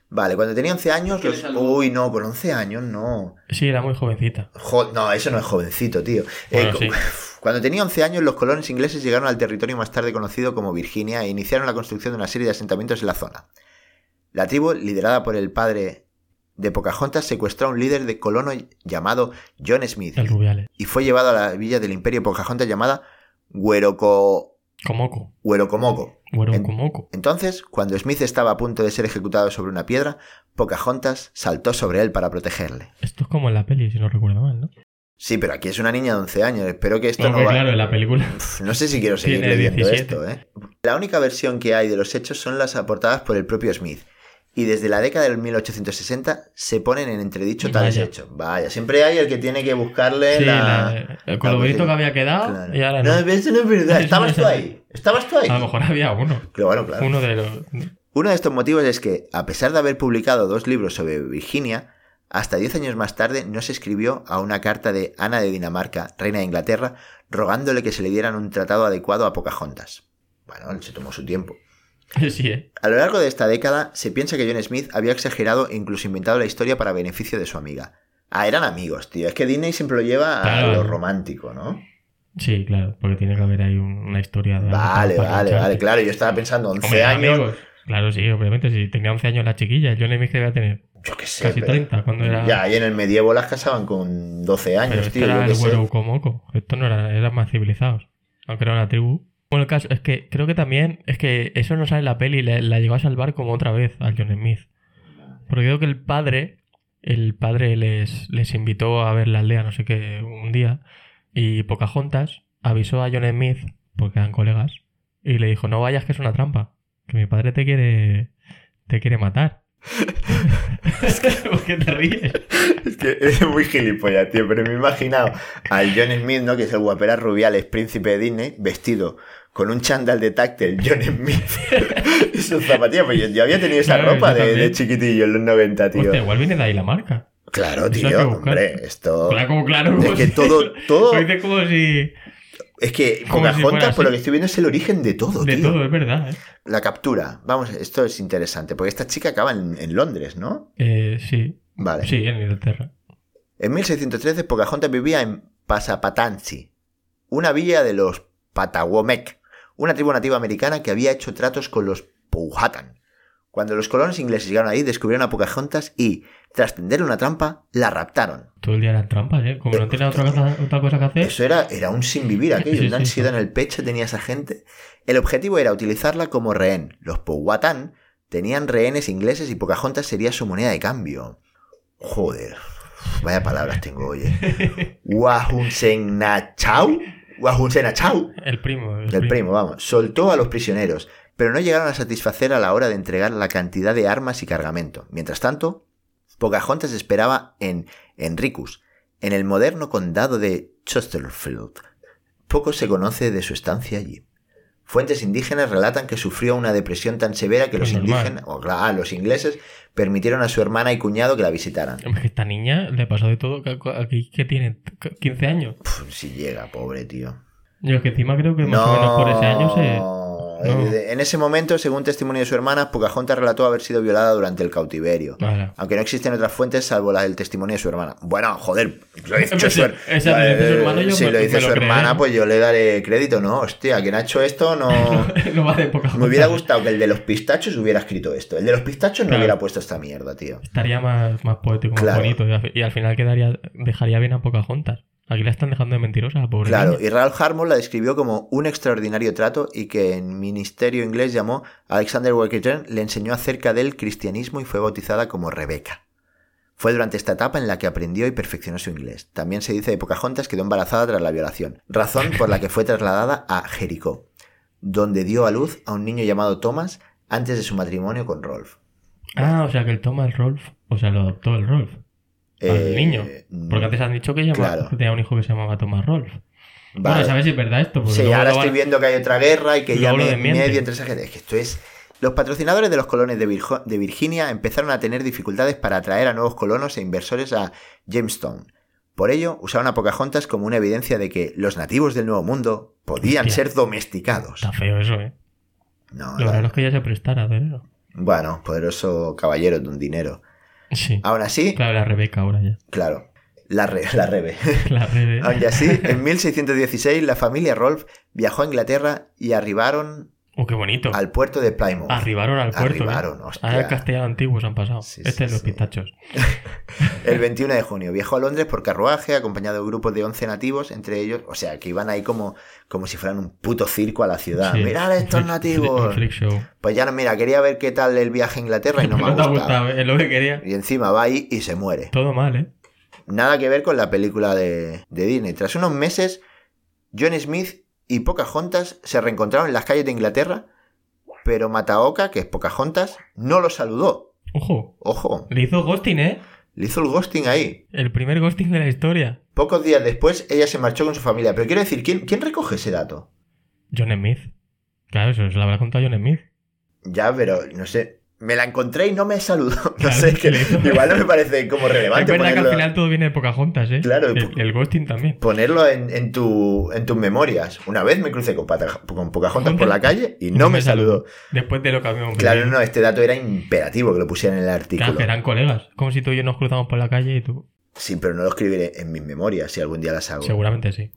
S3: Vale, cuando tenía 11 años,
S1: ¿Qué le
S3: los-
S1: salvó?
S3: Uy, no, con 11 años no.
S2: Sí, era muy jovencita.
S3: Jo- No, eso no es jovencito, tío. Eh,
S2: Bueno,
S3: cu-
S2: sí.
S3: Cuando tenía 11 años, los colonos ingleses llegaron al territorio más tarde conocido como Virginia e iniciaron la construcción de una serie de asentamientos en la zona. La tribu, liderada por el padre de Pocahontas, secuestró a un líder de colono llamado John Smith
S2: El Rubiales.
S3: y fue llevado a la villa del imperio Pocahontas llamada Hueroco...
S2: Comoco.
S3: Huerocomoco.
S2: Bueno,
S3: En-
S2: Comoco.
S3: Entonces, cuando Smith estaba a punto de ser ejecutado sobre una piedra, Pocahontas saltó sobre él para protegerle.
S2: Esto es como en la peli, si no recuerdo mal, ¿no?
S3: Sí, pero aquí es una niña de 11 años, espero que esto
S2: Hombre,
S3: no va...
S2: claro, en la película.
S3: Pf, No sé si quiero seguir
S2: Tiene
S3: leyendo
S2: 17.
S3: esto, ¿eh? La única versión que hay de los hechos son las aportadas por el propio Smith. Y desde la década del 1860 se ponen en entredicho tales
S2: Vaya.
S3: hechos. Vaya, siempre hay el que tiene que buscarle
S2: Sí,
S3: la...
S2: la- con lo
S3: la-
S2: bonito que había quedado
S3: Claro.
S2: y ahora
S3: no,
S2: no.
S3: eso no es verdad.
S2: Eso
S3: Estabas
S2: no
S3: tú
S2: es
S3: ahí. Estabas tú ahí.
S2: A lo mejor había uno.
S3: Pero bueno, claro.
S2: Uno de los...
S3: Uno de estos motivos es que, a pesar de haber publicado dos libros sobre Virginia, hasta 10 años más tarde no se escribió a una carta de Ana de Dinamarca, reina de Inglaterra, rogándole que se le dieran un tratado adecuado a Pocahontas. Bueno, él se tomó su tiempo.
S2: Sí, ¿eh?
S3: A lo largo de esta década, se piensa que John Smith había exagerado e incluso inventado la historia para beneficio de su amiga. Ah, eran amigos, tío. Es que Disney siempre lo lleva a
S2: Claro.
S3: lo romántico, ¿no?
S2: Sí, claro, porque tiene que haber ahí un- una historia de... algo
S3: Vale,
S2: para
S3: vale,
S2: engancharte.
S3: vale. Claro, yo estaba pensando 11
S2: Hombre,
S3: años.
S2: amigos. Claro, sí, obviamente, si tenía 11 años la chiquilla, yo le dije que iba a tener
S3: Yo qué sé.
S2: casi
S3: pero-
S2: 30 cuando era...
S3: Ya, y en el medievo las casaban con 12 años,
S2: Pero este
S3: tío. yo
S2: era
S3: qué
S2: el
S3: sé.
S2: güero Comoco. Esto no era, eran más civilizados. Aunque era una tribu. Bueno, el caso es que creo que también, es que eso no sale en la peli, la, la llegó a salvar como otra vez al John Smith. Porque creo que el padre, el padre les, les invitó a ver la aldea, no sé qué, un día, y Pocahontas avisó a John Smith, porque eran colegas, y le dijo, no vayas que es una trampa, que mi padre te quiere, te quiere matar. es que, ¿por qué te ríes?
S3: Es que es muy gilipollas, tío, pero me he imaginado al John Smith, ¿no? Que es el guapera rubiales, príncipe de Disney, vestido con un chándal de táctil John Smith y sus zapatillas. Pues yo, yo había tenido esa
S2: Claro,
S3: ropa
S2: yo
S3: de, de
S2: también.
S3: chiquitillo en los 90, tío.
S2: Hostia, igual viene de ahí la marca.
S3: Claro,
S2: Eso hay que
S3: tío,
S2: buscar.
S3: hombre, esto...
S2: Claro, como claro.
S3: Es
S2: como
S3: que
S2: si-
S3: todo, todo...
S2: Lo dice como si.
S3: Es que
S2: como si fuera
S3: Pocahontas,
S2: así.
S3: por lo que estoy viendo, es el origen de todo,
S2: De
S3: tío.
S2: todo, es verdad. ¿eh?
S3: La captura. Vamos, esto es interesante, porque esta chica acaba en, en Londres, ¿no?
S2: Eh, sí.
S3: Vale.
S2: Sí, en Inglaterra.
S3: En 1613 Pocahontas vivía en Pasapatansi, una villa de los Patawomec, una tribu nativa americana que había hecho tratos con los Powhatan, Cuando los colonos ingleses llegaron ahí, descubrieron a Pocahontas y, tras tender una trampa, la raptaron.
S2: Todo el día eran trampas, ¿eh? Como no tenía otra, cosa- otra cosa que hacer.
S3: Eso era, era un sin vivir aquello,
S2: ¿Eh? Sí,
S3: una
S2: sí,
S3: ansiedad
S2: sí.
S3: en el pecho tenía esa gente. El objetivo era utilizarla como rehén. Los Powhatan tenían rehenes ingleses y Pocahontas sería su moneda de cambio. Joder, vaya palabras tengo, eh. oye. Wahunsennachau, Wahunsennachau,
S2: El primo. El
S3: del primo, vamos, soltó a los prisioneros, pero no llegaron a satisfacer a la hora de entregar la cantidad de armas y cargamento. Mientras tanto, Pocahontas esperaba en Enricus, en el moderno condado de Chesterfield. Poco se conoce de su estancia allí. Fuentes indígenas relatan que sufrió una depresión tan severa que los
S2: Pues normal.
S3: indígenas, o ah, los ingleses, permitieron a su hermana y cuñado que la visitaran.
S2: Hombre, que Esta niña le pasó de todo. que- que- Aquí que tiene 15 años.
S3: Puf, si llega, pobre tío.
S2: Yo es que encima creo que Pues más o menos por ese año se.
S3: Eh,
S2: no.
S3: de- En ese momento, según testimonio de su hermana, Pocahontas relató haber sido violada durante el cautiverio.
S2: Vale.
S3: Aunque no existen otras fuentes salvo la del testimonio de su hermana. Bueno, joder, lo dice
S2: Hombre, sí,
S3: su,
S2: esa lo dice su hermano, yo
S3: si
S2: me-
S3: lo dice
S2: me
S3: su
S2: lo creeré,
S3: hermana,
S2: ¿no?
S3: pues yo le daré crédito, ¿no? Hostia, quien ha hecho esto no.
S2: no va de poca
S3: Me hubiera gustado que el de los pistachos hubiera escrito esto. El de los pistachos no
S2: Claro.
S3: hubiera puesto esta mierda, tío.
S2: Estaría más, más poético, más
S3: Claro.
S2: bonito. Y al, fi- y al final quedaría, dejaría bien a pocas juntas. Aquí la están dejando de mentirosa, la pobre.
S3: Claro,
S2: niña.
S3: y Ralph Harmon la describió como un extraordinario trato y que en ministerio inglés llamó Alexander Walker le enseñó acerca del cristianismo y fue bautizada como Rebeca. Fue durante esta etapa en la que aprendió y perfeccionó su inglés. También se dice de Pocahontas quedó embarazada tras la violación, razón por la que fue trasladada a Jericó, donde dio a luz a un niño llamado Thomas antes de su matrimonio con Rolf.
S2: Ah, o sea que el toma el Rolf. O sea, lo adoptó el Rolf. Al
S3: Eh,
S2: niño. Porque
S3: mm,
S2: antes han dicho que, llama-
S3: claro.
S2: que tenía un hijo que se llamaba Tomás Rolf.
S3: vale.
S2: Bueno, sabes si es verdad esto. Porque
S3: Sí,
S2: luego
S3: ahora
S2: lo van-
S3: estoy viendo que hay otra guerra y que ya
S2: luego lo
S3: me-
S2: desmienten.
S3: medio entre esa gente. Es que esto es. Los patrocinadores de los colones de, Virgo- de Virginia empezaron a tener dificultades para atraer a nuevos colonos e inversores a Jamestown. Por ello, usaron a Pocahontas como una evidencia de que los nativos del Nuevo Mundo podían
S2: Hostia.
S3: ser domesticados.
S2: Está feo eso, ¿eh?
S3: No,
S2: Lo raro
S3: la-
S2: es que ya se prestara a hacer eso.
S3: Bueno, poderoso caballero de un dinero.
S2: Sí.
S3: Aún así,
S2: Claro, la Rebeca ahora ya.
S3: claro, la, re- la rebe.
S2: La Rebeca.
S3: Aunque así, en 1616 la familia Rolf viajó a Inglaterra y arribaron
S2: Oh, qué bonito.
S3: al puerto de Plymouth.
S2: Arribaron al puerto. ¿eh?
S3: Arribaron, hostia.
S2: Ahora el castellano antiguo se han pasado.
S3: Sí,
S2: este
S3: sí,
S2: es los
S3: sí.
S2: pistachos.
S3: El 21 de junio viajó a Londres por carruaje, acompañado de grupos de 11 nativos, entre ellos, o sea, que iban ahí como, como si fueran un puto circo a la ciudad.
S2: Sí.
S3: Mirad a estos
S2: Un freak- un
S3: nativos.
S2: freak show.
S3: Pues ya no, mira, quería ver qué tal el viaje a Inglaterra y no me ha
S2: te ha
S3: gustado.
S2: gustado, ¿eh? es lo que quería.
S3: Y encima va ahí y se muere.
S2: Todo mal, ¿eh?
S3: Nada que ver con la película de, de Disney. Tras unos meses, John Smith y Pocahontas se reencontraron en las calles de Inglaterra, pero Mataoka, que es Pocahontas, no los saludó.
S2: Ojo,
S3: Ojo,
S2: le hizo ghosting, ¿eh?
S3: le hizo el ghosting ahí.
S2: El primer ghosting de la historia.
S3: Pocos días después, ella se marchó con su familia. Pero quiero decir, ¿quién, quién recoge ese dato?
S2: John Smith. Claro, eso se lo habrá contado John Smith.
S3: Ya, pero no sé. Me la encontré y no me saludó. No
S2: Claro,
S3: sé, es que
S2: le hizo-
S3: igual no me parece como
S2: Es
S3: relevante
S2: verdad que
S3: ponerlo,
S2: al final todo viene de Pocahontas, ¿eh?
S3: Claro, pues,
S2: El,
S3: po-
S2: el ghosting también.
S3: ponerlo en, en tu, en tus memorias. Una vez me crucé con, Pata- con Pocahontas por la calle y no me saludó.
S2: Después de lo que habíamos
S3: Claro,
S2: vivido.
S3: no, este dato era imperativo que lo pusieran en el
S2: Claro,
S3: artículo.
S2: que eran colegas. Como si tú y yo nos cruzamos por la calle y tú.
S3: Sí, pero no lo escribiré en mis memorias si algún día las hago.
S2: Seguramente sí.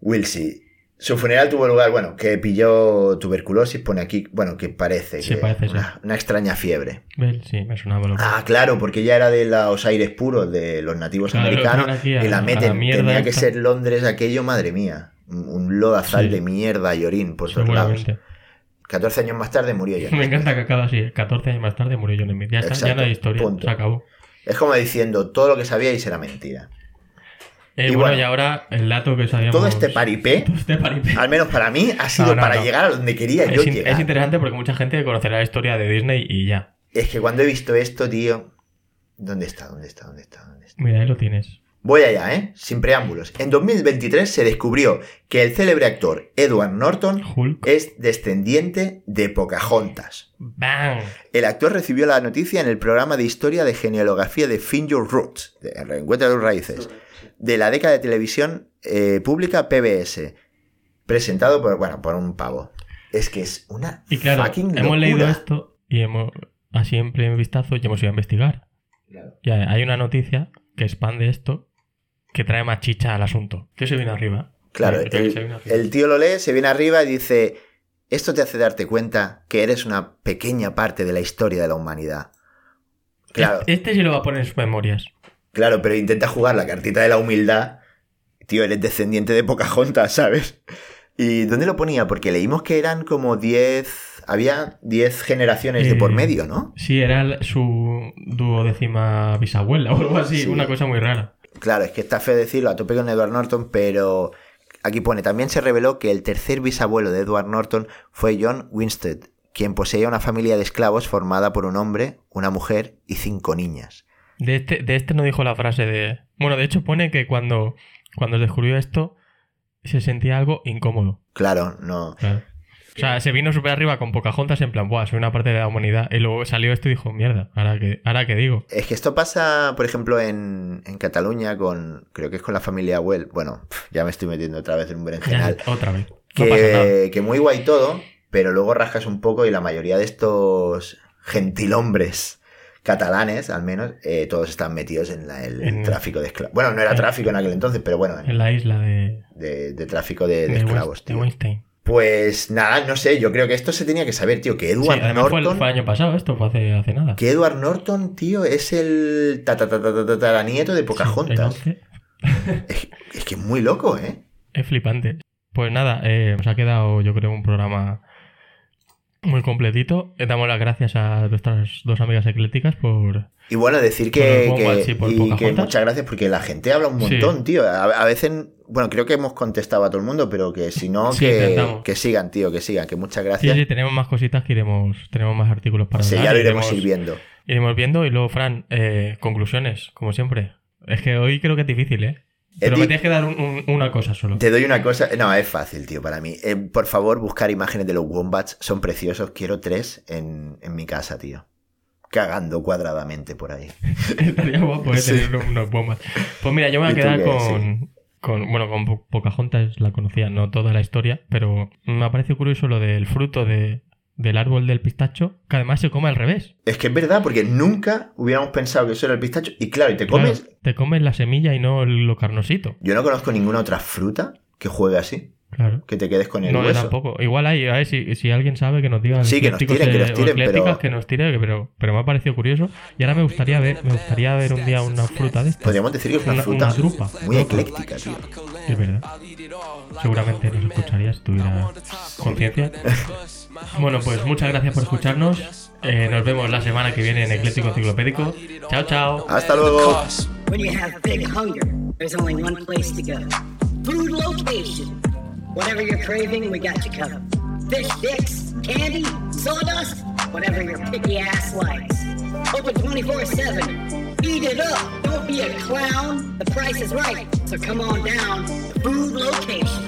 S3: Wilsey. Su funeral tuvo lugar, bueno, que pilló tuberculosis, pone aquí, bueno, que parece,
S2: Sí,
S3: que
S2: parece, sí.
S3: una- una extraña fiebre.
S2: Bell, sí, me sonaba lo que.
S3: Ah, claro, porque ella era de los aires puros de los nativos
S2: Claro,
S3: americanos
S2: claro, aquí a-
S3: y la
S2: a
S3: meten.
S2: la mierda
S3: Tenía que
S2: esta.
S3: ser Londres aquello, madre mía. Un- Un lodazal
S2: Sí.
S3: de mierda y orín por todos lados.
S2: Seguramente.
S3: 14 años más tarde murió
S2: Me
S3: John.
S2: encanta que acaba así. 14 años más tarde murió John Smith. Ya está, ya no
S3: Exacto,
S2: hay historia.
S3: punto.
S2: Se acabó.
S3: Es como diciendo, todo lo que sabíais era mentira.
S2: Eh,
S3: Y
S2: bueno,
S3: bueno,
S2: y ahora el dato que sabíamos.
S3: Todo este paripé,
S2: Todo este paripé.
S3: al menos para mí, ha sido
S2: No, no,
S3: para
S2: no.
S3: llegar a donde quería yo
S2: Es, in- es
S3: llegar.
S2: interesante porque mucha gente conocerá la historia de Disney y ya.
S3: es que cuando he visto esto, tío... ¿Dónde está? ¿Dónde está? ¿Dónde está? ¿Dónde está?
S2: Mira, ahí lo tienes.
S3: Voy allá, ¿eh? Sin preámbulos. En 2023 se descubrió que el célebre actor Edward Norton
S2: Hulk.
S3: es descendiente de Pocahontas.
S2: ¡Bang!
S3: El actor recibió la noticia en el programa de historia de genealogía de Find Your Roots, de Reencuentra tus raíces, de la década de televisión eh, pública PBS, presentado por, bueno, por un pavo. Es que es una
S2: Y claro,
S3: fucking
S2: hemos leído
S3: locura.
S2: esto y hemos, así en primer vistazo, y hemos ido a investigar.
S3: Claro.
S2: Y hay una noticia que expande esto, que trae más chicha al asunto. Que se viene arriba.
S3: Claro,
S2: Que se
S3: el,
S2: viene arriba.
S3: el tío lo lee, se viene arriba y dice, Esto te hace darte cuenta que eres una pequeña parte de la historia de la humanidad.
S2: Claro. Este sí lo va a poner en sus memorias.
S3: Claro, pero intenta jugar la cartita de la humildad. Tío, eres descendiente de Pocahontas, ¿sabes? ¿Y dónde lo ponía? Porque leímos que eran como 10. Había 10 generaciones eh, de por medio, ¿no?
S2: Sí, era su duodécima bisabuela o algo así, sí. una cosa muy rara.
S3: Claro, es que está feo decirlo a tope con Edward Norton, pero aquí pone: también se reveló que el tercer bisabuelo de Edward Norton fue John Winstead, quien poseía una familia de esclavos formada por un hombre, una mujer y cinco niñas.
S2: De este, de este no dijo la frase de. Bueno, de hecho pone que cuando, cuando descubrió esto se sentía algo incómodo.
S3: Claro, no.
S2: Claro. O sea, se vino súper arriba con Pocahontas en plan, ¡buah! Soy una parte de la humanidad. Y luego salió esto y dijo, mierda, ¿ahora qué, ahora que digo?
S3: Es que esto pasa, por ejemplo, en, en, Cataluña con. Creo que es con la familia Well. Bueno, ya me estoy metiendo otra vez en un berenjenal.
S2: Ya, otra vez. No
S3: que, pasa nada. que muy guay todo, pero luego rascas un poco y la mayoría de estos gentilhombres catalanes, al menos, eh, todos están metidos en la, el en, tráfico de esclavos. Bueno, no era en, tráfico en aquel entonces, pero bueno.
S2: En, en la isla de...
S3: de... de tráfico de, de, de esclavos, tío.
S2: Weinstein.
S3: Pues nada, no sé, yo creo que esto se tenía que saber, tío, que Edward sí, Norton...
S2: Fue el, fue el, año pasado esto, fue hace, hace, nada.
S3: Que Edward Norton, tío, es el tataranieto de Pocahontas. Sí, es, es, que es muy loco, ¿eh?
S2: Es flipante. Pues nada, eh, nos ha quedado, yo creo, un programa muy completito. Eh, Damos las gracias a nuestras dos amigas ecléticas por.
S3: Y bueno, decir que, que, y que muchas gracias porque la gente habla un montón, sí. tío. A, a, veces, bueno, creo que hemos contestado a todo el mundo, pero que si no, sí, que, que, sigan, tío, que sigan, que muchas gracias.
S2: Sí, sí, tenemos más cositas que iremos, tenemos más artículos para
S3: Sí, hablar, ya lo iremos, iremos, ir viendo.
S2: Iremos viendo y luego, Fran, eh, conclusiones, como siempre. Es que hoy creo que es difícil, ¿eh? Pero me tienes que dar un, un, una cosa solo.
S3: Te doy una cosa. No, es fácil, tío, para mí. Eh, por favor, buscar imágenes de los wombats. Son preciosos. Quiero tres en, en mi casa, tío. Cagando cuadradamente por ahí.
S2: Estaría guapo sí. tener unos wombats. Pues mira, yo me voy a quedar qué? con, sí. con. Bueno, con po Pocahontas la conocía, no toda la historia, pero me ha parecido curioso lo del fruto de, del árbol del pistacho, que además se come al revés.
S3: Es que es verdad, porque nunca hubiéramos pensado que eso era el pistacho. Y claro, y te claro, comes.
S2: Te comes la semilla y no lo carnosito.
S3: Yo no conozco ninguna otra fruta que juegue así.
S2: Claro.
S3: Que te quedes con el
S2: no,
S3: hueso.
S2: tampoco. Igual hay, a ver, si, si, alguien sabe que nos diga.
S3: Sí, que nos tiren, que nos tiren, pero...
S2: que nos tire, pero, pero me ha parecido curioso. Y ahora me gustaría ver, me gustaría ver un día una fruta de estas.
S3: Podríamos decir que es una,
S2: una
S3: fruta
S2: una drupa,
S3: muy ecléctica, tío.
S2: Es verdad. Seguramente nos escucharía si tuviera conciencia. bueno, pues muchas gracias por escucharnos. Eh, nos vemos la semana que viene en Ecléctico Enciclopédico. Chao, chao.
S3: Hasta luego. Whatever you're craving, we got you covered. Fish sticks, candy, sawdust, whatever your picky ass likes. Open 24 7. Eat it up. Don't be a clown. The price is right. So come on down to Food Location.